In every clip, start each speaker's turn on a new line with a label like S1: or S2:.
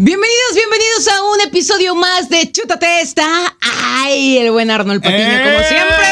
S1: Bienvenidos, bienvenidos a un episodio más de Chútate esta. Ay, el buen Arnold Patiño, como
S2: ¡Eh!
S1: siempre.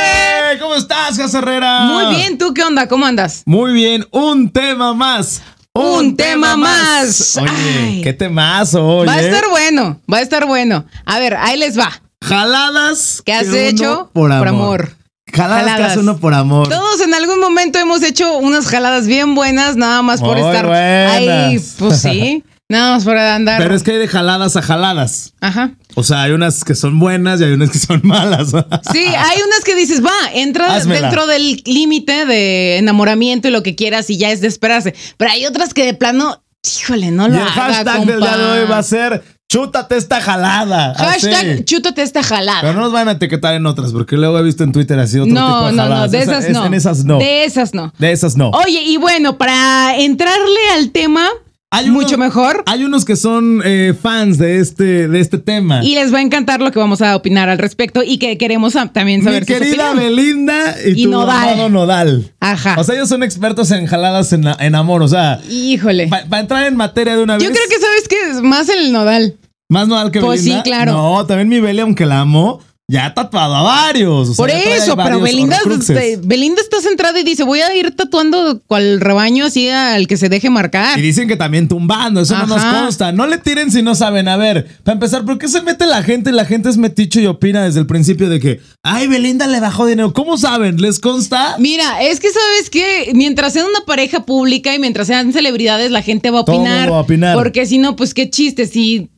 S2: ¿Cómo estás, Gas Herrera?
S1: Muy bien, ¿tú qué onda? ¿Cómo andas?
S2: Muy bien, un tema más.
S1: Un tema más.
S2: Oye,
S1: Ay.
S2: qué temazo, oye.
S1: Va a estar bueno, va a estar bueno. A ver, ahí les va.
S2: Jaladas.
S1: ¿Qué has
S2: que uno
S1: hecho?
S2: Por amor. Jaladas, que
S1: Jaladas.
S2: hace uno por amor.
S1: Todos en algún momento hemos hecho unas jaladas bien buenas, nada más por
S2: Muy
S1: estar ahí,
S2: buenas.
S1: pues sí, nada más por andar.
S2: Pero es que hay de jaladas a jaladas.
S1: Ajá.
S2: O sea, hay unas que son buenas y hay unas que son malas.
S1: Sí, hay unas que dices, va, entra
S2: Házmela.
S1: dentro del límite de enamoramiento y lo que quieras y ya es de esperarse. Pero hay otras que de plano, híjole, no
S2: y
S1: lo
S2: el
S1: haga,
S2: hashtag del
S1: compa.
S2: día de hoy va a ser chútate esta jalada. así.
S1: Hashtag chútate esta
S2: Pero
S1: jalada.
S2: no nos van a etiquetar en otras, porque luego he visto en Twitter así otro tipo
S1: No,
S2: de
S1: no, no,
S2: jaladas.
S1: de
S2: Esa-
S1: esas
S2: es-
S1: no.
S2: En esas no.
S1: De esas no.
S2: De esas no.
S1: Oye, y bueno, para entrarle al tema,
S2: Hay
S1: mucho
S2: unos-
S1: mejor.
S2: Hay unos que son eh, fans de este, de este tema.
S1: Y les va a encantar lo que vamos a opinar al respecto y que queremos a- también
S2: Mi
S1: saber sus
S2: querida
S1: opiniones.
S2: Belinda y,
S1: Y
S2: tu
S1: Nodal. Ah.
S2: amado Nodal.
S1: Ajá.
S2: O sea, ellos son expertos en jaladas en, en amor. O sea,
S1: Híjole.
S2: para entrar en materia de una vez.
S1: Yo creo que sabes que es más el nodal.
S2: Más Nodal que
S1: Pues sí,
S2: Belinda.
S1: claro.
S2: No, también mi Beli, aunque la amo, ya ha tatuado a varios. O sea,
S1: Por
S2: ya trae
S1: eso, pero
S2: varios
S1: Belinda,
S2: horcruxes.
S1: este, Belinda está centrada y dice, voy a ir tatuando cual rebaño así al que se deje marcar.
S2: Y dicen que también tumbando, eso no nos
S1: Ajá.
S2: consta. No le tiren si no saben. A ver, para empezar, ¿por qué se mete la gente? La gente es meticho y opina desde el principio de que, ay, Belinda le bajó dinero. ¿Cómo saben? ¿Les consta?
S1: Mira, es que sabes que mientras sean una pareja pública y mientras sean celebridades, la gente va a
S2: Todo
S1: opinar.
S2: va a opinar.
S1: Porque si no, pues qué chiste, si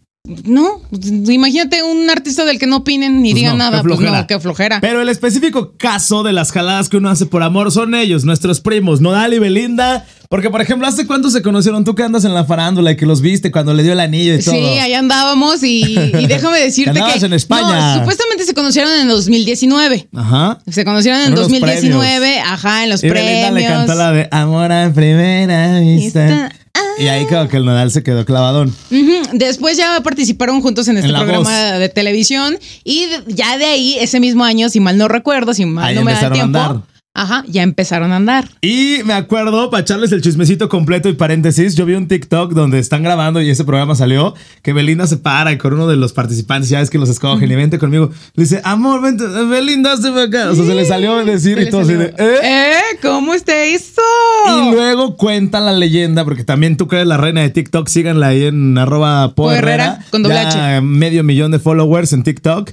S1: no, imagínate un artista del que no opinen ni
S2: Pues
S1: digan
S2: no,
S1: nada,
S2: qué
S1: pues no,
S2: flojera.
S1: qué flojera.
S2: Pero el específico caso de las jaladas que uno hace por amor son ellos, nuestros primos, Nodal y Belinda. Porque, por ejemplo, ¿hace cuánto se conocieron? Tú que andas en la farándula y que los viste cuando le dio el anillo y todo.
S1: Sí, allá andábamos y, y déjame decirte
S2: Andabas
S1: que
S2: en España.
S1: No, supuestamente se conocieron en 2019.
S2: Ajá.
S1: Se conocieron en,
S2: En unos
S1: 2019, ajá, en los
S2: Y Belinda
S1: premios.
S2: le cantó la de Amor a primera vista.
S1: Esta- ah.
S2: Y ahí como que el Nodal se quedó clavadón.
S1: Ujú, Después ya participaron juntos en este
S2: La
S1: programa de televisión y de- ya de ahí, ese mismo año, si mal no recuerdo, si mal
S2: Ahí
S1: no me da el
S2: empezaron
S1: tiempo,
S2: a andar.
S1: ajá, ya empezaron a andar.
S2: Y me acuerdo, para echarles el chismecito completo y paréntesis, yo vi un TikTok donde están grabando y ese programa salió, que Belinda se para y con uno de los participantes, ya es que los escogen y vente conmigo, le dice, amor, vente, eh, Belinda, se va acá. O sea, se le salió a decir
S1: Se
S2: y
S1: les
S2: todo así de,
S1: salió.
S2: "¿Eh?".
S1: ¿Eh? ¿Cómo usted hizo?
S2: Y luego cuenta la leyenda, porque también tú que eres la reina de TikTok, síganla ahí en arroba Po
S1: Po Herrera,
S2: Herrera,
S1: con doble
S2: ya medio millón de followers en TikTok,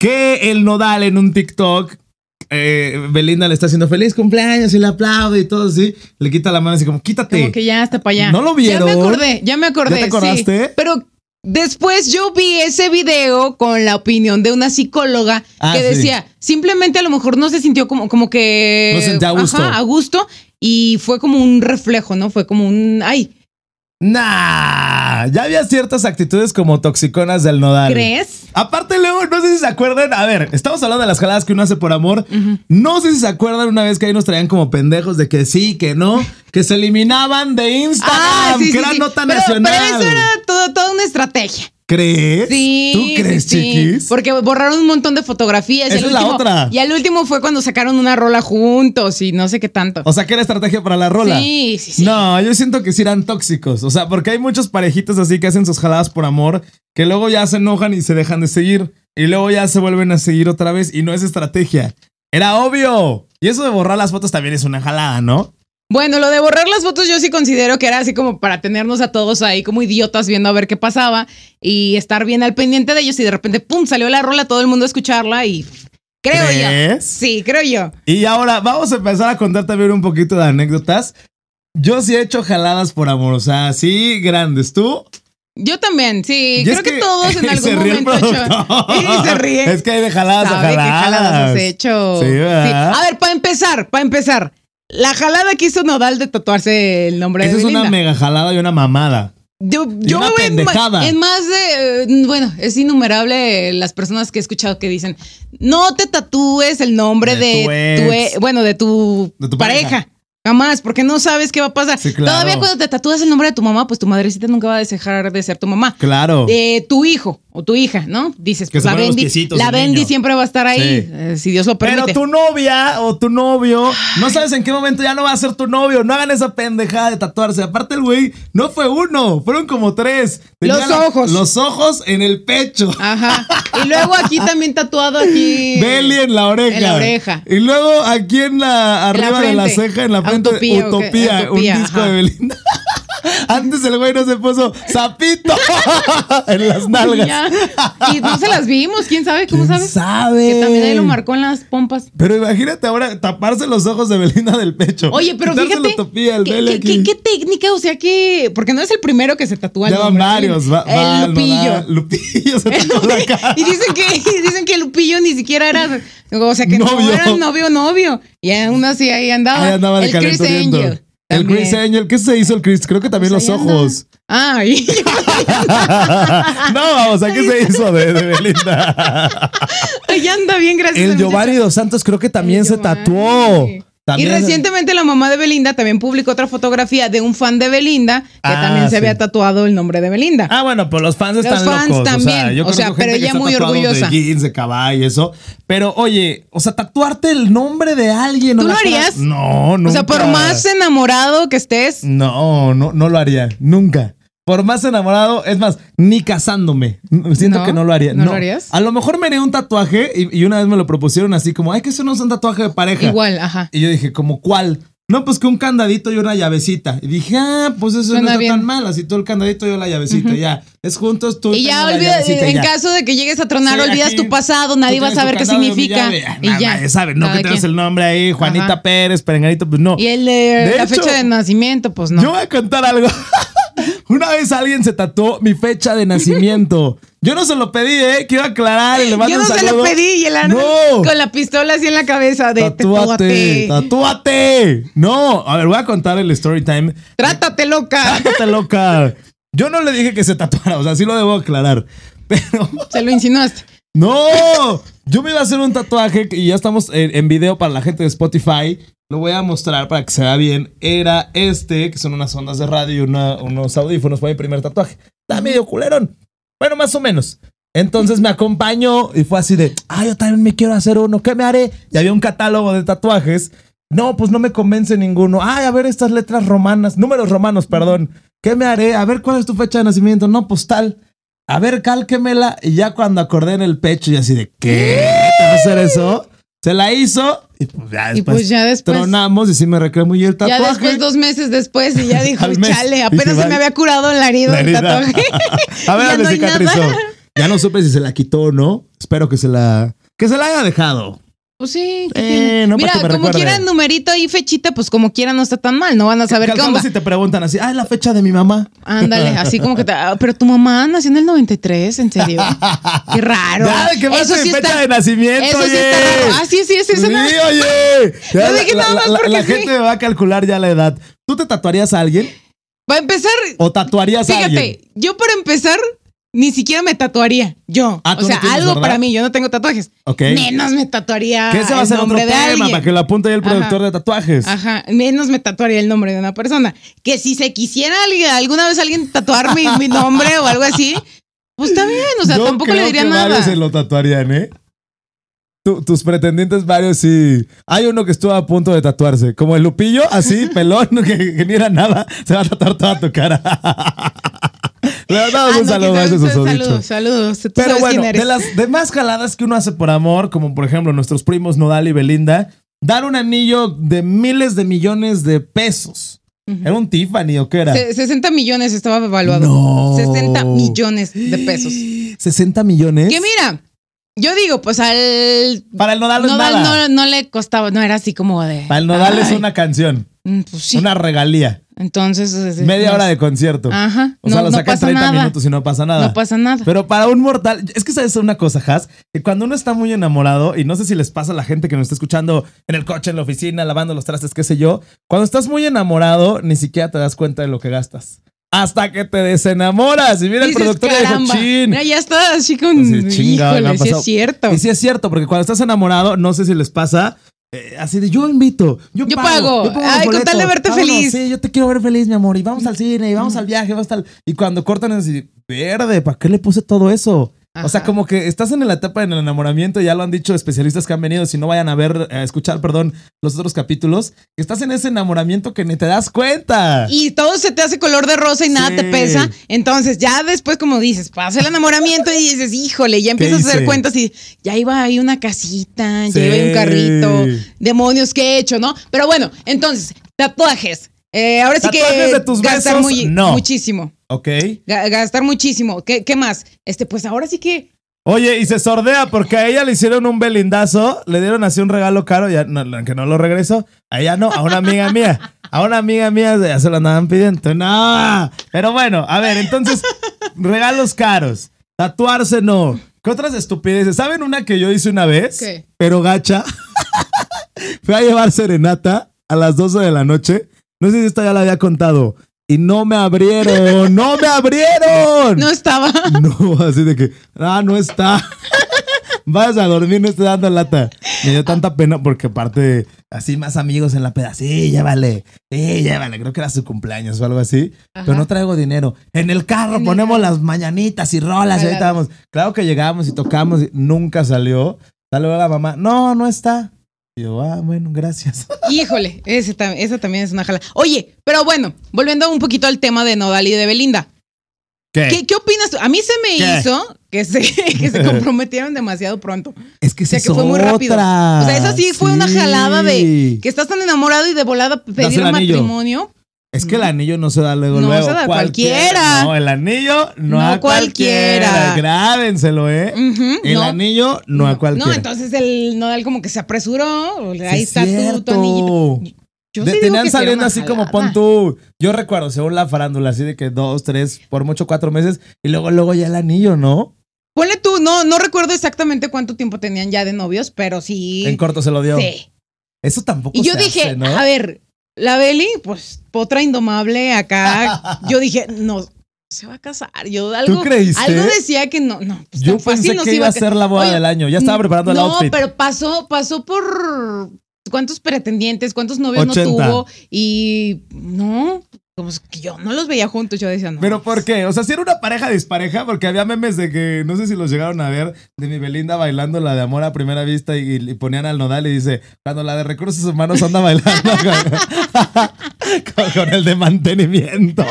S2: que el nodal en un TikTok, eh, Belinda le está haciendo feliz cumpleaños y le aplaude y todo así, le quita la mano así como, quítate.
S1: Como que ya hasta para allá.
S2: ¿No lo
S1: Ya
S2: vieron?
S1: me acordé, ya me acordé.
S2: ¿Ya te
S1: sí.
S2: acordaste?
S1: Pero después yo vi ese video con la opinión de una psicóloga
S2: Ah,
S1: que
S2: sí.
S1: decía, simplemente a lo mejor no se sintió como, como que...
S2: No se sentía a gusto.
S1: Ajá, a gusto. Y fue como un reflejo, ¿no? Fue como un... Ay,
S2: Nah, ya había ciertas actitudes como toxiconas del nodal.
S1: ¿crees?
S2: Aparte, luego, no sé si se acuerdan. A ver, estamos hablando de las jaladas que uno hace por amor.
S1: Ujú.
S2: No sé si se acuerdan una vez que ahí nos traían como pendejos de que sí, que no, que se eliminaban de Instagram,
S1: Ah,
S2: que era nota
S1: Pero-
S2: nacional.
S1: Pero, eso era todo, toda una estrategia.
S2: ¿Crees?
S1: Sí.
S2: ¿Tú crees,
S1: sí, sí.
S2: chiquis?
S1: Porque borraron un montón de fotografías. y
S2: Esa
S1: al
S2: es la
S1: último-
S2: otra.
S1: Y al último fue cuando sacaron una rola juntos y no sé qué tanto.
S2: O sea, que era estrategia para la rola.
S1: Sí, sí, sí.
S2: No, yo siento que sí eran tóxicos. O sea, porque hay muchos parejitas así que hacen sus jaladas por amor, que luego ya se enojan y se dejan de seguir. Y luego ya se vuelven a seguir otra vez. Y no es estrategia. Era obvio. Y eso de borrar las fotos también es una jalada, ¿no?
S1: Bueno, lo de borrar las fotos yo sí considero que era así como para tenernos a todos ahí como idiotas viendo a ver qué pasaba y estar bien al pendiente de ellos y de repente, ¡pum!, salió la rola, todo el mundo a escucharla y creo yo.
S2: ¿Crees?
S1: Sí, creo yo.
S2: Y ahora vamos a empezar a contar también un poquito de anécdotas. Yo sí he hecho jaladas por amor, o sea, sí grandes. ¿Tú?
S1: Yo también, sí.
S2: Y
S1: creo
S2: es
S1: que, todos en algún
S2: se ríe el
S1: momento...
S2: productor.
S1: hecho- Y se ríe.
S2: Es que hay de jaladas a
S1: Sabe qué
S2: jaladas.
S1: jaladas has hecho.
S2: Sí, ¿verdad?
S1: Sí. A ver, para empezar, para empezar. La jalada que hizo Nodal de tatuarse el nombre
S2: Esa
S1: de
S2: es
S1: Belinda.
S2: una mega jalada y una mamada.
S1: Yo, yo
S2: una
S1: en ma-
S2: pendejada.
S1: en más de. eh, Bueno, es innumerable las personas que he escuchado que dicen: No te tatúes el nombre de,
S2: De tu ex.
S1: tu e- bueno, de tu,
S2: De tu
S1: pareja.
S2: pareja.
S1: Jamás, porque no sabes qué va a pasar.
S2: Sí, claro.
S1: Todavía cuando te tatúas el nombre de tu mamá, pues tu madrecita nunca va a dejar de ser tu mamá.
S2: Claro.
S1: De tu hijo. o tu hija, ¿no? Dices,
S3: Que
S1: pues
S3: se
S1: la
S3: muevan los
S1: Bendy,
S3: piecitos
S1: la
S3: del
S1: Bendy
S3: niño.
S1: siempre va a estar ahí,
S2: Sí.
S1: eh, si Dios lo permite.
S2: Pero tu novia o tu novio, no sabes en qué momento ya no va a ser tu novio. No hagan esa pendejada de tatuarse. Aparte, el güey no fue uno, fueron como tres.
S1: Los
S2: la-
S1: ojos.
S2: Los ojos en el pecho.
S1: Ajá. Y luego aquí también tatuado aquí.
S2: Belly en la oreja.
S1: En la oreja.
S2: Y luego aquí en la arriba de la
S1: frente.
S2: ceja, en la frente,
S1: Utopía,
S2: Utopía,
S1: ¿o qué? Utopía,
S2: un disco
S1: ajá.
S2: de Belinda. Antes el güey no se puso zapito en las
S1: Y,
S2: nalgas.
S1: ya. Y no se las vimos, quién sabe, ¿cómo
S2: ¿Quién
S1: sabes?
S2: sabe?
S1: Que también ahí lo marcó en las pompas.
S2: Pero imagínate ahora taparse los ojos de Belinda del pecho.
S1: Oye, pero
S2: Quitarse
S1: fíjate.
S2: la topía, el
S1: ¿qué,
S2: vele
S1: qué-
S2: aquí.
S1: qué- qué técnica? O sea que. Porque no es el primero que se tatúa. el
S2: Ya van
S1: nombre,
S2: varios. va-
S1: el
S2: va-
S1: Lupillo.
S2: va- Lupillo se tatuó la cara.
S1: Y dicen que, y dicen que Lupillo ni siquiera era. O sea que no
S2: Novio.
S1: era novio, novio. Y aún así ahí andaba.
S2: Ahí andaba de
S1: el Chris
S2: calenturiento.
S1: Angel.
S2: El Chris
S1: también.
S2: Angel. ¿Qué se hizo el Chris? Creo que también
S1: Pues
S2: los
S1: ahí andaba.
S2: ojos.
S1: Ah, y-
S2: no, vamos, ¿a qué se hizo de, de Belinda?
S1: ahí anda bien, gracias. a
S2: El
S1: mi
S2: Giovanni Dos Santos creo que también se
S1: Giovanni.
S2: tatuó.
S1: Y
S2: También-
S1: recientemente la mamá de Belinda también publicó otra fotografía de un fan de Belinda que
S2: Ah,
S1: también
S2: sí.
S1: se había tatuado el nombre de Belinda.
S2: Ah, bueno, pues los fans
S1: Los
S2: están
S1: fans
S2: locos. O sea,
S1: también,
S2: yo
S1: o sea,
S2: conozco
S1: pero
S2: gente que
S1: ella
S2: está
S1: muy
S2: tatuados
S1: orgullosa.
S2: De jeans, de caballo, eso. Pero oye, o sea, tatuarte el nombre de alguien.
S1: ¿Tú lo
S2: o las cosas-
S1: harías?
S2: No, nunca.
S1: o sea, por más enamorado que estés,
S2: No, no, no lo haría. Nunca. Por más enamorado, es más, ni casándome. N- Siento
S1: No,
S2: que no lo haría.
S1: ¿no
S2: ¿No,
S1: lo harías?
S2: A lo mejor me haría un tatuaje y, y una vez me lo propusieron así como, ay, que eso no es un tatuaje de pareja.
S1: igual, ajá.
S2: Y yo dije, ¿como cuál? No, pues que un candadito y una llavecita. Y dije, ah, pues eso
S1: Suena
S2: no está
S1: bien.
S2: tan mal. Así todo el candadito y yo la llavecita, ya. Es juntos tú.
S1: Y ya
S2: tengo la
S1: olvida,
S2: llavecita,
S1: en
S2: ya.
S1: caso de que llegues a tronar,
S2: Sí,
S1: olvidas
S2: aquí
S1: tu pasado, nadie
S2: Tú
S1: va a
S2: tienes
S1: saber
S2: tu
S1: qué
S2: candado y mi
S1: significa.
S2: llave. Ah,
S1: Y
S2: nada,
S1: ya.
S2: Nadie sabe, no
S1: Cada
S2: que tengas
S1: quien.
S2: el nombre ahí, Juanita
S1: Ajá.
S2: Pérez, Perenganito, pues no.
S1: Y el de,
S2: De
S1: la
S2: hecho,
S1: fecha de nacimiento, pues no.
S2: Yo voy a contar algo. Una vez alguien se tatuó mi fecha de nacimiento. Yo no se lo pedí, ¿eh? Quiero aclarar y le mando
S1: Yo no
S2: un
S1: se lo
S2: saludo.
S1: pedí y el Arnold
S2: ¡No!
S1: con la pistola así en la cabeza de
S2: ¡Tatúate!
S1: tatúate.
S2: ¡Tatúate! No, a ver, voy a contar el story time.
S1: Trátate loca.
S2: ¡Tátate loca! Yo no le dije que se tatuara, o sea, sí lo debo aclarar. Pero
S1: se lo insinuaste.
S2: ¡No! Yo me iba a hacer un tatuaje que- y ya estamos en, en video para la gente de Spotify. Lo voy a mostrar para que se vea bien. Era este, que son unas ondas de radio y una- unos audífonos. Fue mi primer tatuaje. Está medio culerón. Bueno, más o menos. Entonces me acompañó y fue así de, ah, yo también me quiero hacer uno. ¿Qué me haré? Y había un catálogo de tatuajes. No, pues no me convence ninguno. Ay, a ver estas letras romanas, números romanos, perdón. ¿Qué me haré? A ver cuál es tu fecha de nacimiento. No, pues tal. A ver, cálquemela. Y ya cuando acordé en el pecho, y así de, ¿qué? ¿Te vas a hacer eso? Se la hizo. Y pues ya después.
S1: Y pues ya después.
S2: Tronamos y sí me reclamó y el tatuaje.
S1: Ya después, dos meses después, y ya dijo,
S2: Al mes.
S1: chale,
S2: Dije,
S1: apenas se
S2: "Vale".
S1: me había curado el herido
S2: La
S1: del
S2: herida.
S1: tatuaje.
S2: A ver,
S1: Ya
S2: dónde
S1: no hay
S2: cicatrizó.
S1: nada.
S2: Ya no supe si se la quitó o no. Espero que se la. Que se la haya dejado.
S1: Pues sí. ¿qué
S2: Eh,
S1: tiene?
S2: no,
S1: Mira,
S2: para que me
S1: como
S2: recuerde.
S1: quiera numerito ahí, fechita, pues como quiera no está tan mal, no van a saber
S2: Que
S1: qué
S2: al cabo
S1: onda.
S2: si te preguntan así, ah, es la fecha de mi mamá.
S1: Ándale, así como que te- ah, pero tu mamá nació en el 93, en serio. Qué raro.
S2: Ya, que va a ser fecha de nacimiento,
S1: Eso sí
S2: oye.
S1: está raro. Ah, sí, sí, es eso.
S2: Sí,
S1: ¿no?
S2: oye. Ya
S1: Yo dije nada más porque
S2: la
S1: sí.
S2: gente me va a calcular ya la edad. ¿Tú te tatuarías a alguien?
S1: Para empezar,
S2: ¿O tatuarías a alguien?
S1: fíjate, yo para empezar ni siquiera me tatuaría yo.
S2: Ah,
S1: o
S2: tú no
S1: sea,
S2: tienes,
S1: algo
S2: ¿verdad?
S1: para mí, yo no tengo tatuajes.
S2: Ok.
S1: Menos me tatuaría
S2: Que ese va a
S1: el
S2: ser otro
S1: nombre de
S2: tema
S1: alguien.
S2: para que lo apunte ahí el
S1: Ajá.
S2: productor de tatuajes.
S1: Ajá, menos me tatuaría el nombre de una persona. Que si se quisiera alguien- alguna vez alguien tatuar mi, mi nombre o algo así, pues está bien, o sea,
S2: Yo
S1: tampoco le
S2: creo
S1: diría
S2: que
S1: nada.
S2: Varios se lo tatuarían, ¿eh? Tu- tus pretendientes varios sí. Hay uno que estuvo a punto de tatuarse. Como el Lupillo, así, pelón, que, que ni era nada, se va a tatuar toda tu cara. Le
S1: Ah,
S2: mandamos
S1: no,
S2: un saludo a
S1: quizás-
S2: ese susodicho.
S1: saludos, saludos. Tú
S2: Pero
S1: sabes
S2: bueno,
S1: quién eres.
S2: de las demás jaladas que uno hace por amor, como por ejemplo nuestros primos Nodal y Belinda, dar un anillo de miles de millones de pesos. ¿Era un Tiffany o qué era?
S1: Se- 60 millones estaba evaluado.
S2: No.
S1: 60 millones de pesos.
S2: 60 millones.
S1: Que mira, yo digo, pues al
S2: Para el Nodal, no es
S1: Nodal
S2: nada.
S1: no, no le costaba, no era así como de.
S2: Para el Nodal es
S1: ay,
S2: una canción,
S1: mm, Pues sí.
S2: una regalía.
S1: Entonces. es-
S2: Media
S1: no-
S2: hora de concierto.
S1: Ajá.
S2: O sea,
S1: no,
S2: lo
S1: no
S2: sacan
S1: pasa
S2: 30
S1: nada.
S2: minutos y no pasa nada.
S1: No pasa nada.
S2: Pero para un mortal, es que sabes una cosa, Has, que cuando uno está muy enamorado, y no sé si les pasa a la gente que nos está escuchando en el coche, en la oficina, lavando los trastes, qué sé yo, cuando estás muy enamorado, ni siquiera te das cuenta de lo que gastas. Hasta que te desenamoras. Y mira
S1: Dices,
S2: el productor y dijo,
S1: "Caramba".
S2: chin.
S1: Mira, ya está así con.
S2: Así, chinga, me ha
S1: Híjole, sí
S2: pasado.
S1: es cierto.
S2: Y sí es cierto, porque cuando estás enamorado, no sé si les pasa. eh, así de yo invito, yo,
S1: Yo pago.
S2: pago, yo los
S1: Ay, con tal de
S2: boletos,
S1: verte
S2: vámonos,
S1: feliz. Mm.
S2: Sí, yo te quiero ver feliz, mi amor. Y vamos al cine, y vamos al viaje, vamos al. Y cuando cortan es así, verde, ¿para qué le puse todo eso? O sea,
S1: Ajá.
S2: como que estás en la etapa del enamoramiento, ya lo han dicho especialistas que han venido, si no vayan a ver, a escuchar, perdón, los otros capítulos, que estás en ese enamoramiento que ni te das cuenta.
S1: y todo se te hace color de rosa y nada
S2: Sí.
S1: te pesa. Entonces, ya después, como dices, pasa el enamoramiento y dices, híjole, ya empiezas a hacer
S2: hice?
S1: cuentas y ya iba ahí una casita,
S2: Sí.
S1: ya iba ahí un carrito, demonios, ¿qué he hecho, no? Pero bueno, entonces, tatuajes. Eh, ahora sí
S2: Tatuajes
S1: que
S2: de tus
S1: gastar
S2: besos,
S1: muy-
S2: no.
S1: muchísimo.
S2: Ok.
S1: Ga- gastar muchísimo. ¿Qué, ¿Qué más? Este, pues ahora sí que
S2: Oye, y se sordea porque a ella le hicieron un belindazo, le dieron así un regalo caro, ya no, no, que no lo regreso, a ella no, a una amiga mía. A una amiga mía ya se lo andaban pidiendo. No. Pero bueno, a ver, entonces, regalos caros. Tatuarse no. ¿Qué otras estupideces? ¿Saben una que yo hice una vez?
S1: ¿Qué?
S2: Pero gacha. Fui a llevar serenata a las 12 de la noche. No sé si esta ya la había contado. Y no me abrieron. ¡No me abrieron!
S1: no estaba.
S2: No, así de que, ah, no está. Vas a dormir, no estoy dando lata. Me dio tanta pena porque aparte, así más amigos en la peda. Sí, llévale. Sí, llévale. Creo que era su cumpleaños o algo así. Pero no traigo dinero. En el carro
S1: En el
S2: ponemos
S1: carro.
S2: las mañanitas y rolas. Y ahorita
S1: Baladas.
S2: vamos. Claro que llegamos y tocamos. y nunca salió. Tal vez la mamá. No, no está. Y yo, ah, bueno, gracias.
S1: Híjole, ese tam- esa también es una jala. Oye, pero bueno, volviendo un poquito al tema de Nodal y de Belinda. ¿Qué, qué opinas tú? A mí se me
S2: ¿Qué?
S1: hizo que se, que se comprometieron demasiado pronto.
S2: Es que
S1: O sea,
S2: esa
S1: que
S2: es
S1: fue muy rápido.
S2: otra.
S1: O sea, esa sí fue una jalada de
S2: Sí.
S1: que estás tan enamorado y de volada
S2: Das
S1: pedir
S2: el anillo.
S1: matrimonio.
S2: Es que el anillo no se da luego,
S1: Mm. No
S2: luego.
S1: se da a cualquiera.
S2: No, el anillo no,
S1: No
S2: a cualquiera.
S1: cualquiera.
S2: Grábenselo, ¿eh?
S1: Ujú,
S2: El
S1: no.
S2: anillo no, a cualquiera.
S1: No, entonces el Nodal como que se apresuró.
S2: Sí,
S1: Ahí
S2: es
S1: está tu, tu
S2: cierto.
S1: anillito. Yo
S2: De-
S1: sí digo
S2: tenían
S1: que sí era
S2: saliendo
S1: una
S2: así como
S1: jalada.
S2: pon tú. Yo recuerdo, según la farándula, así de que dos, tres, por mucho cuatro meses. Y luego, luego ya el anillo, ¿no?
S1: Ponle tú, no, no recuerdo exactamente cuánto tiempo tenían ya de novios, pero sí.
S2: En corto se lo dio.
S1: sí.
S2: Eso tampoco
S1: Y yo
S2: se
S1: dije,
S2: hace, ¿no?
S1: a ver, la Beli, pues potra indomable acá. yo dije, no, se va a casar. Yo algo,
S2: creíste?
S1: algo decía que no, no, pues,
S2: yo
S1: tan fácil
S2: pensé
S1: no
S2: que
S1: se
S2: iba a
S1: ca-
S2: ser la boda
S1: Oye, mm,
S2: del año. Ya estaba preparando el
S1: no,
S2: outfit.
S1: pero pasó, pasó por cuántos pretendientes, cuántos novios
S2: 80.
S1: no tuvo y no, como que yo no los veía juntos, yo decía, no.
S2: ¿Pero por qué? O sea, si era una pareja dispareja, porque había memes de que, no sé si los llegaron a ver, de mi Belinda bailando la de amor a primera vista y, y ponían al nodal y dice, cuando la de recursos humanos anda bailando con, con- con el de mantenimiento.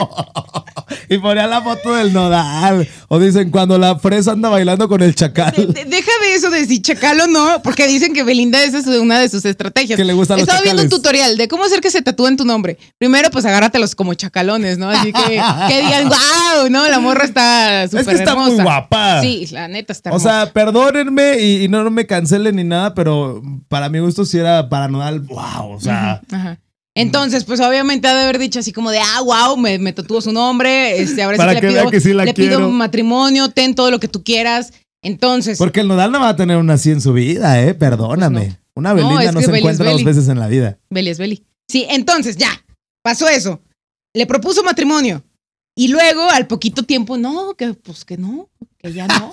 S2: y ponían la foto del nodal. O dicen, cuando la fresa anda bailando con el
S1: De-
S2: chacal.
S1: de- deja de eso de si chacal o no, porque dicen que Belinda esa es una de sus estrategias.
S2: Que le gustan los
S1: Estaba viendo un
S2: chacales.
S1: tutorial de cómo hacer que se tatúen tu nombre. Primero, pues agárratelos como chacalones, ¿no? Así que, que digan, wow, ¿no? La morra está súper
S2: Es que está
S1: hermosa.
S2: muy guapa.
S1: Sí, la neta está
S2: O
S1: hermosa.
S2: sea, perdónenme y, y no me cancelen ni nada, pero para mi gusto sí era para nodal, wow, o sea...
S1: Ajá. Entonces, pues obviamente ha de haber dicho así como de, ah, wow, me, me tatuó su nombre, este, ahora sí
S2: Para
S1: que
S2: que
S1: le
S2: vea
S1: pido,
S2: que sí la
S1: le pido
S2: quiero.
S1: matrimonio, ten todo lo que tú quieras. Entonces,
S2: Porque el Nodal no va a tener una así en su vida, ¿eh? Perdóname.
S1: Pues
S2: Una
S1: No,
S2: Belinda no,
S1: es que
S2: se
S1: Beli es
S2: encuentra dos
S1: Beli.
S2: veces en la vida.
S1: Beli es Beli. Sí, entonces ya, pasó eso. Le propuso matrimonio. Y luego, al poquito tiempo, no, que pues que no, que ya no.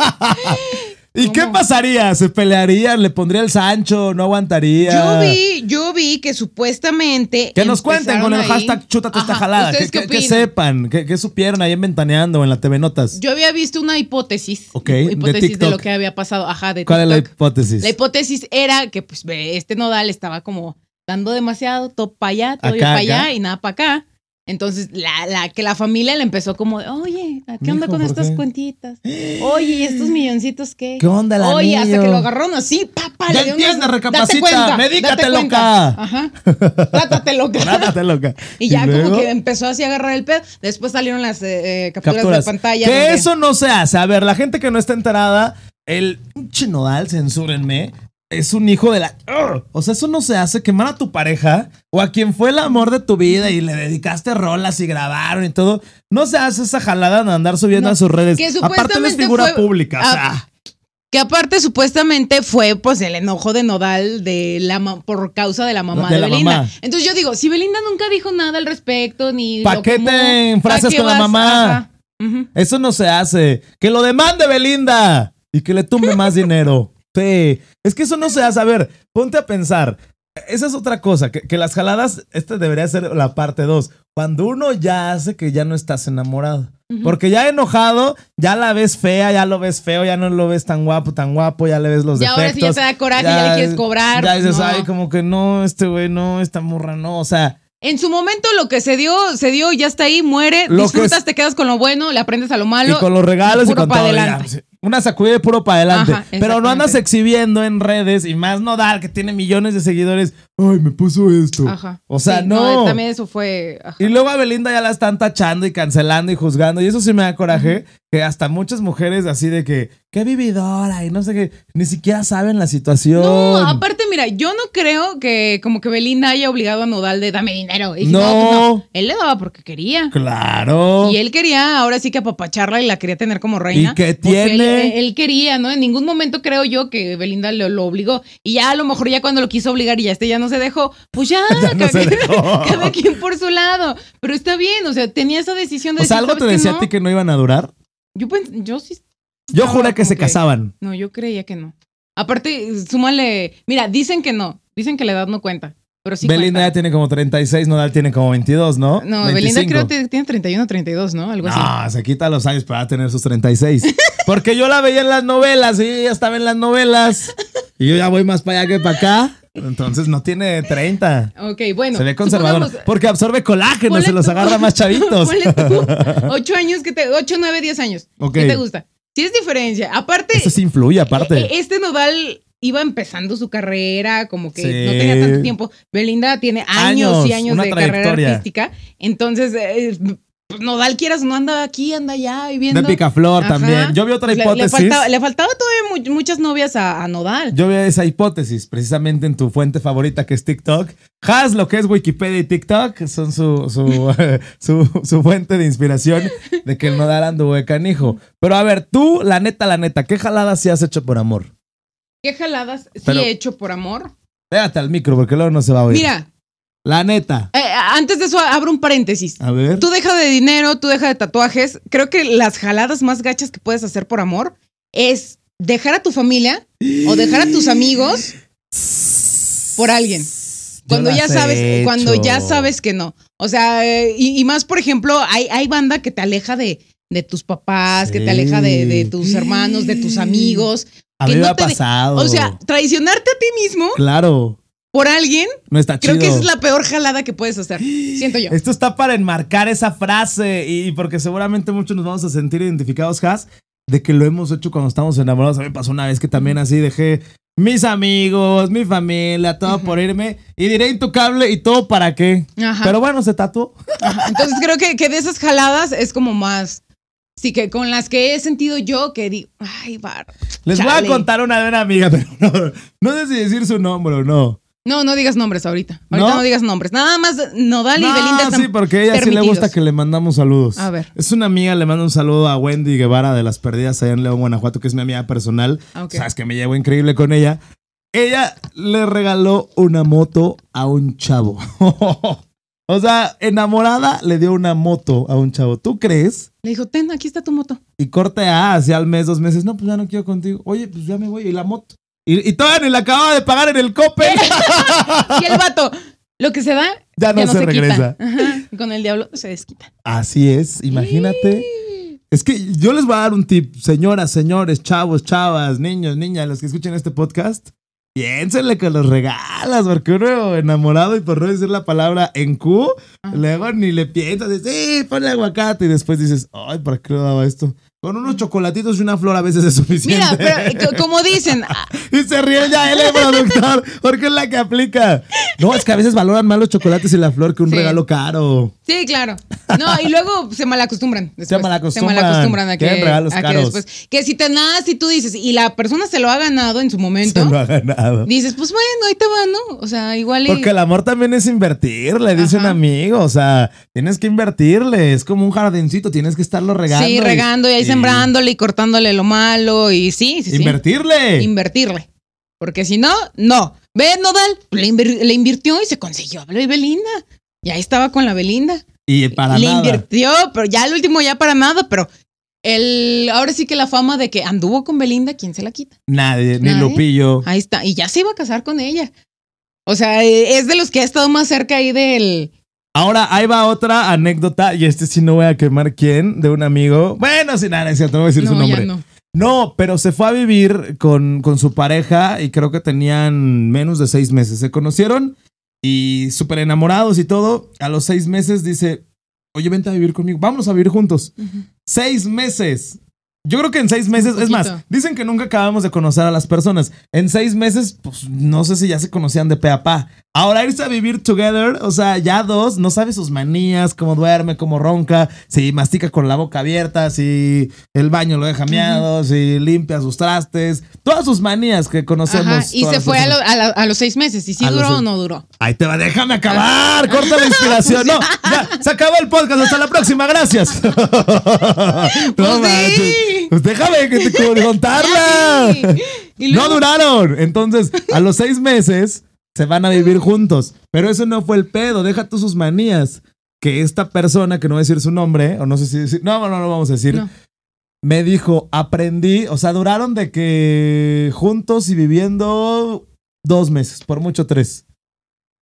S2: ¿Y
S1: No,
S2: qué
S1: no.
S2: pasaría? ¿Se pelearían? ¿Le pondría el Sancho? ¿No aguantaría?
S1: Yo vi, yo vi que supuestamente.
S2: Que nos cuenten con el
S1: empezaron ahí-
S2: hashtag chútate esta
S1: Ajá,
S2: jalada. Que,
S1: ¿ustedes qué
S2: que- que
S1: opinan?
S2: sepan, que, que supieron ahí en Ventaneando o en la TV Notas.
S1: Yo había visto una hipótesis.
S2: Ok, de
S1: Hipótesis de,
S2: TikTok.
S1: lo que había pasado. Ajá, de
S2: ¿Cuál es la
S1: TikTok.
S2: hipótesis?
S1: La hipótesis era que pues ve, este nodal estaba como dando demasiado, todo para allá, todo
S2: Acá,
S1: para allá
S2: acá.
S1: y nada para acá. Entonces, la, la- que la familia le empezó como, de, oye, ¿a ¿qué onda
S2: Mijo,
S1: con
S2: ¿por
S1: estas
S2: qué?
S1: cuentitas? Oye, ¿y estos milloncitos qué?
S2: ¿Qué onda el
S1: Oye, hasta
S2: anillo?
S1: que lo agarraron así, papá.
S2: Ya
S1: le dio unas-
S2: entiende,
S1: date
S2: recapacita,
S1: cuenta,
S2: medícate,
S1: date cuenta. Ajá. Trátate loca.
S2: Trátate, loca.
S1: Y ya
S2: luego?
S1: como que empezó así a agarrar el pedo. Después salieron las eh, eh, capturas,
S2: capturas.
S1: de pantalla.
S2: Que
S1: donde-
S2: eso no se hace. A ver, la gente que no está enterada, el pinche nodal, censúrenme, es un hijo de la. ¡Ugh! O sea, eso no se hace. Quemar a tu pareja o a quien fue el amor de tu vida y le dedicaste rolas y grabaron y todo. No se hace esa jalada de andar subiendo
S1: No.
S2: a sus redes.
S1: Que
S2: Aparte, él es
S1: supuestamente
S2: figura
S1: fue-
S2: pública. o
S1: Ah,
S2: sea,
S1: Que aparte supuestamente fue pues el enojo de Nodal de la ma- por causa de la mamá
S2: De
S1: de,
S2: la
S1: Belinda.
S2: mamá.
S1: Entonces yo digo, si Belinda nunca dijo nada al respecto ni
S2: ¿Pa'
S1: lo
S2: qué
S1: quemó,
S2: te
S1: ¿pa'
S2: enfrascas
S1: qué
S2: con la
S1: vas?
S2: mamá?
S1: Ajá. Ujú.
S2: eso no se hace. Que lo demande Belinda y que le tumbe más dinero. Sí. Es que eso no se hace. A ver, ponte a pensar. Esa es otra cosa, que, que las jaladas, esta debería ser la parte 2. Cuando uno ya hace que ya no estás enamorado. Porque ya enojado, ya la ves fea, ya lo ves feo, ya no lo ves tan guapo, tan guapo, ya le ves los
S1: Ya ahora sí
S2: defectos.
S1: ya te da coraje, ya le quieres cobrar,
S2: Ya dices,
S1: no.
S2: ay, como que no, este güey no, esta morra no. O sea,
S1: En su momento lo que se dio, se dio, ya está ahí, muere,
S2: Lo que
S1: disfrutas,
S2: es-
S1: te quedas con lo bueno, le aprendes a lo malo.
S2: y con los regalos y
S1: puro
S2: con
S1: pa'
S2: todo.
S1: adelante.
S2: ya, Una sacudida de puro para adelante.
S1: Ajá,
S2: Pero no andas
S1: exactamente.
S2: exhibiendo en redes y más no dar que tiene millones de seguidores. Ay, me puso esto.
S1: Ajá.
S2: O sea,
S1: Sí,
S2: no.
S1: También eso fue. ajá.
S2: Y luego a Belinda ya la están tachando y cancelando y juzgando. Y eso sí me da coraje. Que hasta muchas mujeres así de que, qué vividora y no sé qué, ni siquiera saben la situación.
S1: No, aparte, mira, yo no creo que como que Belinda haya obligado a Nodal de dame dinero. Y si
S2: No.
S1: pues Él le daba porque quería.
S2: Claro.
S1: Y él quería ahora sí que apapacharla y la quería tener como reina.
S2: ¿Y qué
S1: porque eh,
S2: tiene?
S1: Él, él quería, ¿no? En ningún momento creo yo que Belinda lo, lo obligó. Y ya a lo mejor ya cuando lo quiso obligar y ya este ya no se dejó, pues ya,
S2: Ya no se dejó.
S1: cada quien por su lado. Pero está bien, o sea, tenía esa decisión de
S2: o sea,
S1: decir,
S2: algo te
S1: "¿Sabes qué?
S2: decía
S1: no".
S2: a ti que no iban a durar.
S1: Yo, pens- yo sí
S2: Yo
S1: No,
S2: juré que
S1: como
S2: se
S1: que-
S2: casaban.
S1: No, yo creía que no. Aparte, súmale. Mira, dicen que no. Dicen que la edad no cuenta. Pero sí
S2: Belinda ya
S1: cuenta.
S2: tiene como 36, Nodal tiene como 22, ¿no?
S1: No, Belinda
S2: 25.
S1: creo que tiene 31 32, ¿no? Algo así.
S2: No, se quita los años para tener sus 36. Porque yo la veía en las novelas y ella estaba en las novelas. Y yo ya voy más para allá que para acá. Entonces no tiene 30.
S1: Ok, bueno.
S2: se ve conservadora.
S1: supongamos-
S2: Porque absorbe colágeno,
S1: ponle
S2: se los
S1: tú-
S2: agarra más chavitos.
S1: ponle tú, Ocho años que te. Ocho, nueve, diez años.
S2: Ok.
S1: ¿Qué te gusta? Sí es diferencia. Aparte,
S2: Eso sí influye, aparte.
S1: e- este nodal iba empezando su carrera, como que
S2: Sí.
S1: no tenía tanto tiempo. Belinda tiene años,
S2: Años,
S1: y años
S2: una
S1: de carrera
S2: trayectoria.
S1: artística. Entonces, eh, pues, nodal quieras, o no anda aquí, anda allá y
S2: De
S1: viendo.
S2: picaflor
S1: eh, Ajá.
S2: también. Yo vi otra
S1: Pues le- Le,
S2: hipótesis.
S1: faltaba, le faltaba todavía mu- muchas novias a, a Nodal.
S2: Yo veo esa hipótesis precisamente en tu fuente favorita que es TikTok. Has, lo que es Wikipedia y TikTok, son su, su, su, su fuente de inspiración de que el Nodal anduvo de canijo. Pero a ver, tú, la neta, la neta, ¿qué jaladas sí has hecho por amor?
S1: ¿Qué jaladas sí
S2: Pero-
S1: he hecho por amor?
S2: Pégate al micro porque luego no se va a oír.
S1: Mira,
S2: La neta.
S1: eh, antes de eso abro un paréntesis.
S2: A ver.
S1: Tú deja de dinero, tú deja de tatuajes. Creo que las jaladas más gachas que puedes hacer por amor es dejar a tu familia o dejar a tus amigos por alguien.
S2: Yo
S1: cuando
S2: las
S1: ya
S2: he
S1: sabes, cuando ya
S2: hecho.
S1: sabes que no. O sea, eh, y, y más, por ejemplo, hay, hay banda que te aleja de, de tus papás, que
S2: Sí.
S1: te aleja de, de tus hermanos, de tus amigos.
S2: A
S1: que
S2: mí me
S1: no
S2: ha
S1: te de-
S2: pasado.
S1: O sea, traicionarte a ti mismo
S2: claro,
S1: por alguien,
S2: no está
S1: creo
S2: chido.
S1: que esa es la peor jalada que puedes hacer. Siento yo.
S2: Esto está para enmarcar esa frase y y porque seguramente muchos nos vamos a sentir identificados, Has, de que lo hemos hecho cuando estamos enamorados. A mí me pasó una vez que también así dejé mis amigos, mi familia, todo por irme y diré intocable y todo para qué.
S1: Ajá.
S2: Pero bueno, se tatuó.
S1: Entonces creo que, que de esas jaladas es como más. Sí, que con las que he sentido yo que digo, ay, bar.
S2: Les voy a
S1: chale".
S2: contar una de una amiga, pero no, no sé si decir su nombre o no.
S1: No, no digas nombres ahorita. Ahorita
S2: ¿No?
S1: no, digas nombres. Nada más Nodal y
S2: No,
S1: Belinda están
S2: sí, porque a ella sí le
S1: permitidos.
S2: gusta que le mandamos saludos.
S1: A ver.
S2: Es una amiga, le mando un saludo a Wendy Guevara de Las Perdidas allá en León, Guanajuato, que es mi amiga personal.
S1: Ah, ok.
S2: Sabes que me llevo increíble con ella. Ella le regaló una moto a un chavo. o sea, enamorada le dio una moto a un chavo. ¿Tú crees?
S1: Le dijo, ten, aquí está tu moto.
S2: Y corte A, hacia al mes, dos meses. No, pues ya no quiero contigo. Oye, pues ya me voy. Y la moto. Y, y todavía ni la acababa de pagar en el Coppel.
S1: Y el vato, lo que se da,
S2: ya no, se, regresa.
S1: quita. Ajá. Con el diablo se desquita.
S2: Así es, imagínate. Es que yo les voy a dar un tip, señoras, señores, chavos, chavas, niños, niñas, los que escuchen este podcast, piénsenle que los regalas, porque uno enamorado y por no decir la palabra en Q,
S1: Ah.
S2: luego ni le piensas, dices, sí, ponle aguacate y después dices, ay, ¿para qué le daba esto? Con unos chocolatitos y una flor a veces es suficiente.
S1: Mira, pero eh, co- como dicen, ah,
S2: Y se ríe ya él, el productor, porque es la que aplica. No, es que a veces valoran más los chocolates y la flor que un
S1: Sí.
S2: regalo caro.
S1: sí, claro. No, y luego se malacostumbran. después.
S2: Se malacostumbran.
S1: Se malacostumbran a que,
S2: Quieren regalos
S1: a que
S2: caros.
S1: después. Que si te nada, si tú dices, y la persona se lo ha ganado en su momento,
S2: Se lo ha ganado.
S1: dices, pues bueno, ahí te va, ¿no? O sea, igual y.
S2: Porque el amor también es invertir, le dice un
S1: Ajá.
S2: amigo. O sea, tienes que invertirle. Es como un jardincito, tienes que estarlo regando.
S1: sí, regando y ahí sembrándole y cortándole lo malo y sí, sí, sí.
S2: Invertirle.
S1: Invertirle. Porque si no, no. Ve, Nodal, le, invir- le invirtió y se consiguió. Habló y Belinda. Y ahí estaba con la Belinda.
S2: y para
S1: le
S2: nada.
S1: invirtió, pero ya el último ya para nada, pero el, ahora sí que la fama de que anduvo con Belinda, ¿quién se la quita?
S2: Nadie, ni
S1: Nadie.
S2: Lupillo.
S1: Ahí e, está. Y ya se iba a casar con ella. O sea, eh, es de los que ha estado más cerca ahí del,
S2: Ahora, ahí va otra anécdota, y este sí no voy a quemar quién, de un amigo. Bueno, sin nada, es cierto, no voy a decir su
S1: No, ya
S2: nombre.
S1: no.
S2: No, pero se fue a vivir con, con su pareja y creo que tenían menos de seis meses. Se conocieron y súper enamorados y todo. A los seis meses dice, oye, vente a vivir conmigo, vámonos a vivir juntos. Seis meses. Yo creo que en seis meses, es más,
S1: poquito.
S2: dicen que nunca acabamos de conocer a las personas. En seis meses, pues no sé si ya se conocían de pe a pa. Ahora irse a vivir together, o sea, ya dos, no sabe sus manías, cómo duerme, cómo ronca, si mastica con la boca abierta, si el baño lo deja meado, si limpia sus trastes, todas sus manías que conocemos.
S1: Ajá, y
S2: todas
S1: se
S2: las
S1: fue a,
S2: personas.
S1: lo- a la- a los seis meses. ¿Y si
S2: A los
S1: duró
S2: seis-
S1: o no duró?
S2: Ahí te va, déjame acabar, corta la inspiración. No, ya, se acabó el podcast, hasta la próxima, gracias. No manches.
S1: Pues sí.
S2: Pues déjame que te co-
S1: Ya,
S2: contarla.
S1: sí. Y
S2: No
S1: luego-
S2: duraron. Entonces, a los seis meses se van a vivir juntos. Pero eso no fue el pedo. Deja tú sus manías. Que esta persona, que no voy a decir su nombre, o no sé si decir. No, no, no lo vamos a decir.
S1: No.
S2: Me dijo, aprendí. O sea, duraron de que juntos y viviendo dos meses, por mucho tres.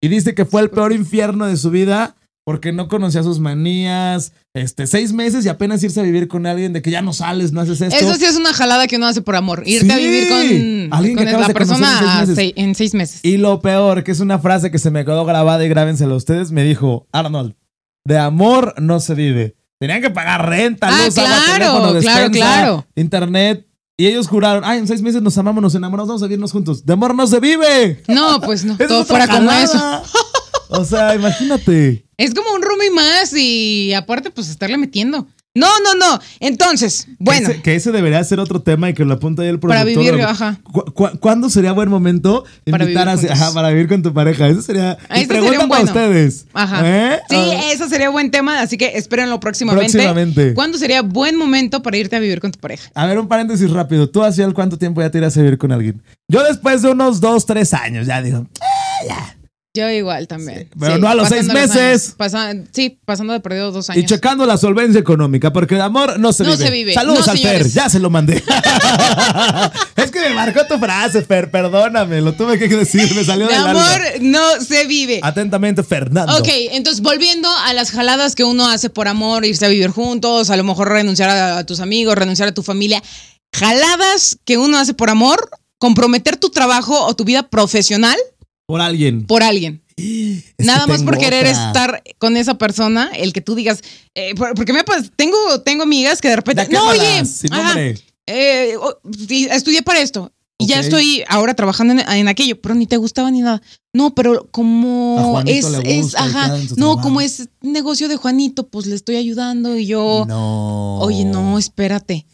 S2: Y dice que fue el peor infierno de su vida porque no conocía sus manías. Este, seis meses y apenas irse a vivir con alguien de que ya no sales, no haces esto.
S1: Eso sí es una jalada que uno hace por amor. Irte a
S2: Sí.
S1: vivir con,
S2: Alguien que
S1: con la
S2: acabas de conocer en seis
S1: persona a
S2: meses.
S1: sei- en seis meses.
S2: Y lo peor, que es una frase que se me quedó grabada y grábensela ustedes, me dijo, Arnold, de amor no se vive. Tenían que pagar renta,
S1: Ah,
S2: luz, agua,
S1: claro,
S2: teléfono,
S1: claro,
S2: despensa,
S1: claro.
S2: internet. Y ellos juraron, ay, en seis meses nos amamos, nos enamoramos, vamos a vivirnos juntos. De amor no se vive.
S1: No, pues no.
S2: Esa es
S1: todo
S2: otra
S1: fuera como
S2: jalada.
S1: eso.
S2: O sea, imagínate.
S1: Es como un roomie más y aparte, pues estarle metiendo. No, no, no. Entonces, bueno.
S2: Que ese, que ese debería ser otro tema y que lo apunta ahí el
S1: Para
S2: productor.
S1: vivir, ajá.
S2: ¿Cu- cu- cuándo sería buen momento
S1: Para vivir
S2: invitar a...
S1: juntos. Ah,
S2: Ajá, para vivir con tu pareja. Eso sería...
S1: Ese
S2: y pregunta
S1: sería un
S2: para
S1: bueno.
S2: ustedes.
S1: Ajá.
S2: ¿Eh?
S1: Sí,
S2: Ah.
S1: ese sería buen tema, así que espérenlo próximamente.
S2: Próximamente.
S1: ¿Cuándo sería buen momento para irte a vivir con tu pareja?
S2: A ver, un paréntesis rápido. ¿Tú hacía el cuánto tiempo ya te irías a vivir con alguien? Yo después de unos dos, tres años ya digo.
S1: Yo igual también.
S2: Sí, pero no a los seis
S1: pasando
S2: meses.
S1: años. Pasa- sí, pasando de perdido dos
S2: Y
S1: años.
S2: checando la solvencia económica, porque de amor no se
S1: No
S2: vive.
S1: se vive.
S2: Saludos
S1: No,
S2: al Fer,
S1: señores.
S2: ya se lo mandé. es que me marcó tu frase, Fer, perdóname, lo tuve que decir, me salió
S1: de
S2: del alma.
S1: amor no se vive.
S2: Atentamente, Fernando.
S1: Ok, entonces volviendo a las jaladas que uno hace por amor, irse a vivir juntos, a lo mejor renunciar a, a tus amigos, renunciar a tu familia. Jaladas que uno hace por amor, comprometer tu trabajo o tu vida profesional
S2: Por alguien.
S1: por alguien.
S2: Es
S1: Nada
S2: que
S1: más por
S2: tengo
S1: querer
S2: otra.
S1: estar con esa persona, el que tú digas, eh, por- porque me pues, tengo, tengo amigas que de repente,
S2: Ya
S1: no, oye,
S2: quémalas, sin
S1: ajá,
S2: nombre.
S1: eh, o- sí, estudié para esto. Y ya
S2: Ok.
S1: estoy ahora trabajando en, en aquello, pero ni te gustaba ni nada. No, pero
S2: A
S1: como es,
S2: Juanito le gusta
S1: es,
S2: y queda
S1: ajá,
S2: en
S1: no,
S2: su trabajo.
S1: como es negocio de Juanito, pues le estoy ayudando y yo,
S2: No.
S1: Oh. oye, no, espérate.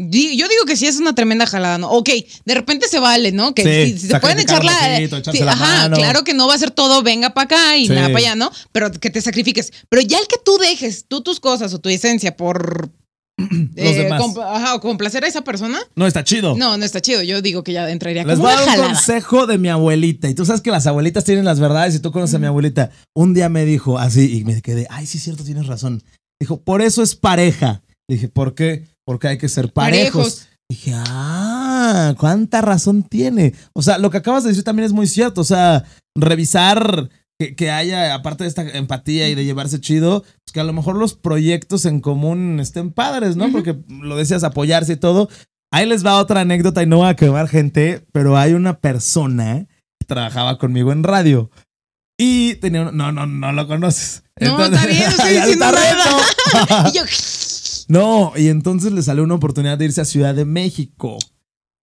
S1: Di- Yo digo que sí es una tremenda jalada, ¿no? Ok, de repente se vale, ¿no? Que
S2: Sí,
S1: si, si se pueden echar
S2: sacrificar un
S1: la.
S2: poquito, echarse
S1: sí,
S2: la
S1: ajá,
S2: mano.
S1: claro que no va a ser todo, venga para acá y
S2: Sí.
S1: nada para allá, ¿no? Pero que te sacrifiques. Pero ya el que tú dejes tú tus cosas o tu esencia por. eh,
S2: Los demás.
S1: comp- ajá, o complacer a esa persona,
S2: No, está chido.
S1: no, no está chido. Yo digo que ya entraría
S2: Les
S1: como
S2: voy a
S1: una
S2: dar un
S1: jalada.
S2: consejo de mi abuelita. Y tú sabes que las abuelitas tienen las verdades y tú conoces a mi abuelita. Un día me dijo así y me quedé, ay, sí es cierto, tienes razón. Dijo, por eso es pareja. Dije, ¿por qué? Porque hay que ser parejos.
S1: Parejos.
S2: Dije, ah, cuánta razón tiene. O sea, lo que acabas de decir también es muy cierto. O sea, revisar que, que haya, aparte de esta empatía y de llevarse chido, pues que a lo mejor los proyectos en común estén padres, ¿no?
S1: Ujú.
S2: Porque lo decías apoyarse y todo. Ahí les va otra anécdota y no va a quemar gente, pero hay una persona que trabajaba conmigo en radio y tenía un- No, no, no lo conoces.
S1: No, está bien, no estoy
S2: Ya le
S1: diciendo
S2: está
S1: nada.
S2: reto.
S1: Y yo,
S2: No, y entonces le salió una oportunidad de irse a Ciudad de México.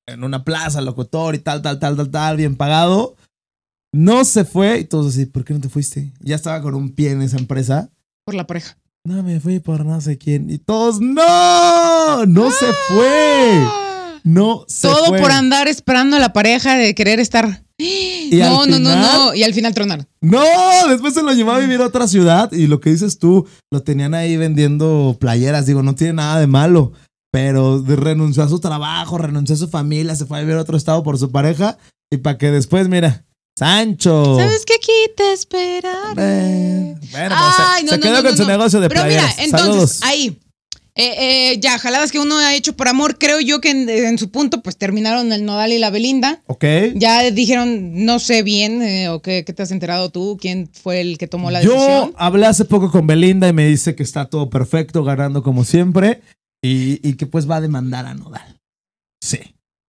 S2: En una plaza, locutor y tal, tal, tal, tal, tal, bien pagado. No se fue y todos así, ¿por qué no te fuiste? Ya estaba con un pie en esa empresa.
S1: por la pareja.
S2: No, me fui por no sé quién. Y todos, ¡no! ¡No se fue! No se
S1: Ah. Todo
S2: fue.
S1: por andar esperando a la pareja de querer estar. no,
S2: al
S1: no, no,
S2: final-
S1: no. Y al final tronar.
S2: No, después se lo llevó a vivir a otra ciudad y lo que dices tú, lo tenían ahí vendiendo playeras, digo, no tiene nada de malo, pero de- renunció a su trabajo, renunció a su familia, se fue a vivir a otro estado por su pareja y para que después, mira, Sancho.
S1: ¿Sabes qué aquí te esperaré?
S2: Eh, bueno, pues,
S1: Ay,
S2: se,
S1: no,
S2: se
S1: no,
S2: quedó
S1: no,
S2: con
S1: no,
S2: su
S1: no.
S2: negocio de
S1: Pero mira,
S2: playeras.
S1: entonces,
S2: Saludos.
S1: ahí. eh, eh, ya, jaladas que uno ha hecho por amor, creo yo que en, en su punto, pues terminaron el Nodal y la Belinda.
S2: Ok.
S1: Ya dijeron, no sé bien, eh, o qué, qué te has enterado tú, quién fue el que tomó la
S2: Yo
S1: decisión.
S2: hablé hace poco con Belinda y me dice que está todo perfecto, ganando como siempre, y, y que pues va a demandar a Nodal. Sí.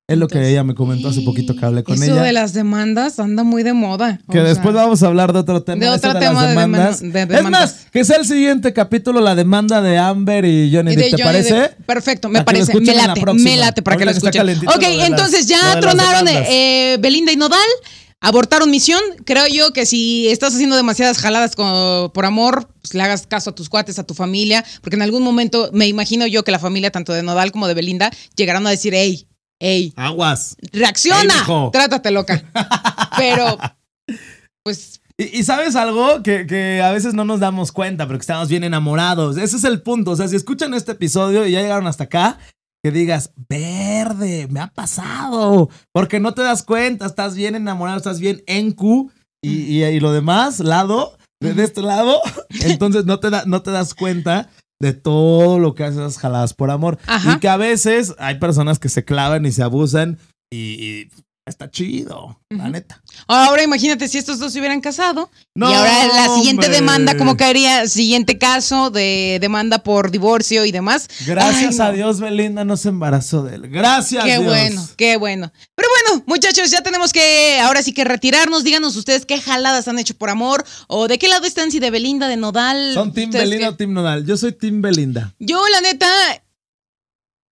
S2: Es lo que
S1: Entonces,
S2: ella me comentó hace poquito que hablé con
S1: Eso
S2: ella.
S1: de las demandas anda muy de moda. o
S2: Que
S1: sea,
S2: después vamos a hablar de otro tema.
S1: de
S2: eso
S1: otro
S2: las
S1: tema de
S2: demandas.
S1: demanda- de
S2: Es
S1: demandas.
S2: más, que sea el siguiente capítulo, la demanda de Amber y Johnny
S1: y
S2: Depp,
S1: de
S2: ¿te
S1: Johnny
S2: parece?
S1: Depp. Perfecto, me
S2: Para que
S1: parece.
S2: lo
S1: Me
S2: escuchen en la
S1: late,
S2: próxima.
S1: me late para que lo
S2: Ahorita que está
S1: escuchen.
S2: calentito
S1: Ok,
S2: lo de las-
S1: entonces
S2: lo de
S1: ya
S2: las
S1: tronaron
S2: demandas.
S1: eh, Belinda y Nodal, abortaron misión. Creo yo que si estás haciendo demasiadas jaladas co- por amor, pues le hagas caso a tus cuates, a tu familia, porque en algún momento me imagino yo que la familia tanto de Nodal como de Belinda llegarán a decir, hey, hey,
S2: Aguas.
S1: reacciona,
S2: Ey, mijo.
S1: trátate loca. Pero, pues,
S2: Y, y sabes algo que, que a veces no nos damos cuenta, pero que estamos bien enamorados. Ese es el punto. O sea, si escuchan este episodio y ya llegaron hasta acá, que digas, verde, me ha pasado. Porque no te das cuenta, estás bien enamorado, estás bien en Q y, y- y lo demás, lado, de, de este lado. Entonces no te, da- no te das cuenta de todo lo que haces esas jaladas por amor.
S1: Ajá.
S2: Y que a veces hay personas que se clavan y se abusan y, y está chido, la
S1: Ujú.
S2: neta.
S1: ahora imagínate si estos dos se hubieran casado.
S2: No,
S1: y ahora la siguiente
S2: hombre.
S1: demanda, ¿cómo caería? Siguiente caso de demanda por divorcio y demás.
S2: Gracias
S1: Ay, no.
S2: a Dios, Belinda no se embarazó de él. Gracias,
S1: Qué
S2: Dios.
S1: bueno, qué bueno. Pero bueno, muchachos, ya tenemos que ahora sí que retirarnos. Díganos ustedes qué jaladas han hecho por amor o de qué lado están, si de Belinda, de Nodal.
S2: ¿Son Team
S1: ¿Ustedes
S2: Belinda
S1: qué?
S2: o Team Nodal? Yo soy Team Belinda.
S1: Yo, la neta,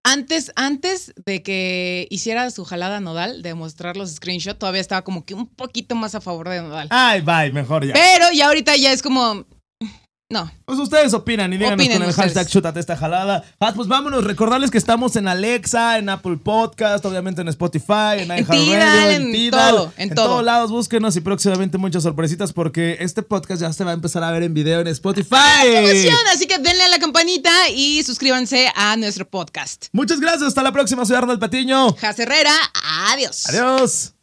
S1: antes, antes de que hiciera su jalada Nodal, de mostrar los screenshots, todavía estaba como que un poquito más a favor de Nodal.
S2: Ay, bye, mejor Ah, ya.
S1: Pero ya ahorita ya es como. No.
S2: Pues ustedes opinan y díganos
S1: Opinen
S2: con el
S1: ustedes.
S2: hashtag chútate esta jalada. Ah, pues vámonos, recordarles que estamos en Alexa, en Apple Podcast, obviamente en Spotify, en
S1: En
S2: iHeartRadio,
S1: Tidal,
S2: en,
S1: en
S2: Tidal,
S1: todo, en todo.
S2: todos lados, búsquenos y próximamente muchas sorpresitas porque este podcast ya se va a empezar a ver en video en Spotify.
S1: Emoción, así que denle a la campanita y suscríbanse a nuestro podcast.
S2: Muchas gracias, hasta la próxima, soy Arnold Patiño.
S1: Jas Herrera, adiós.
S2: Adiós.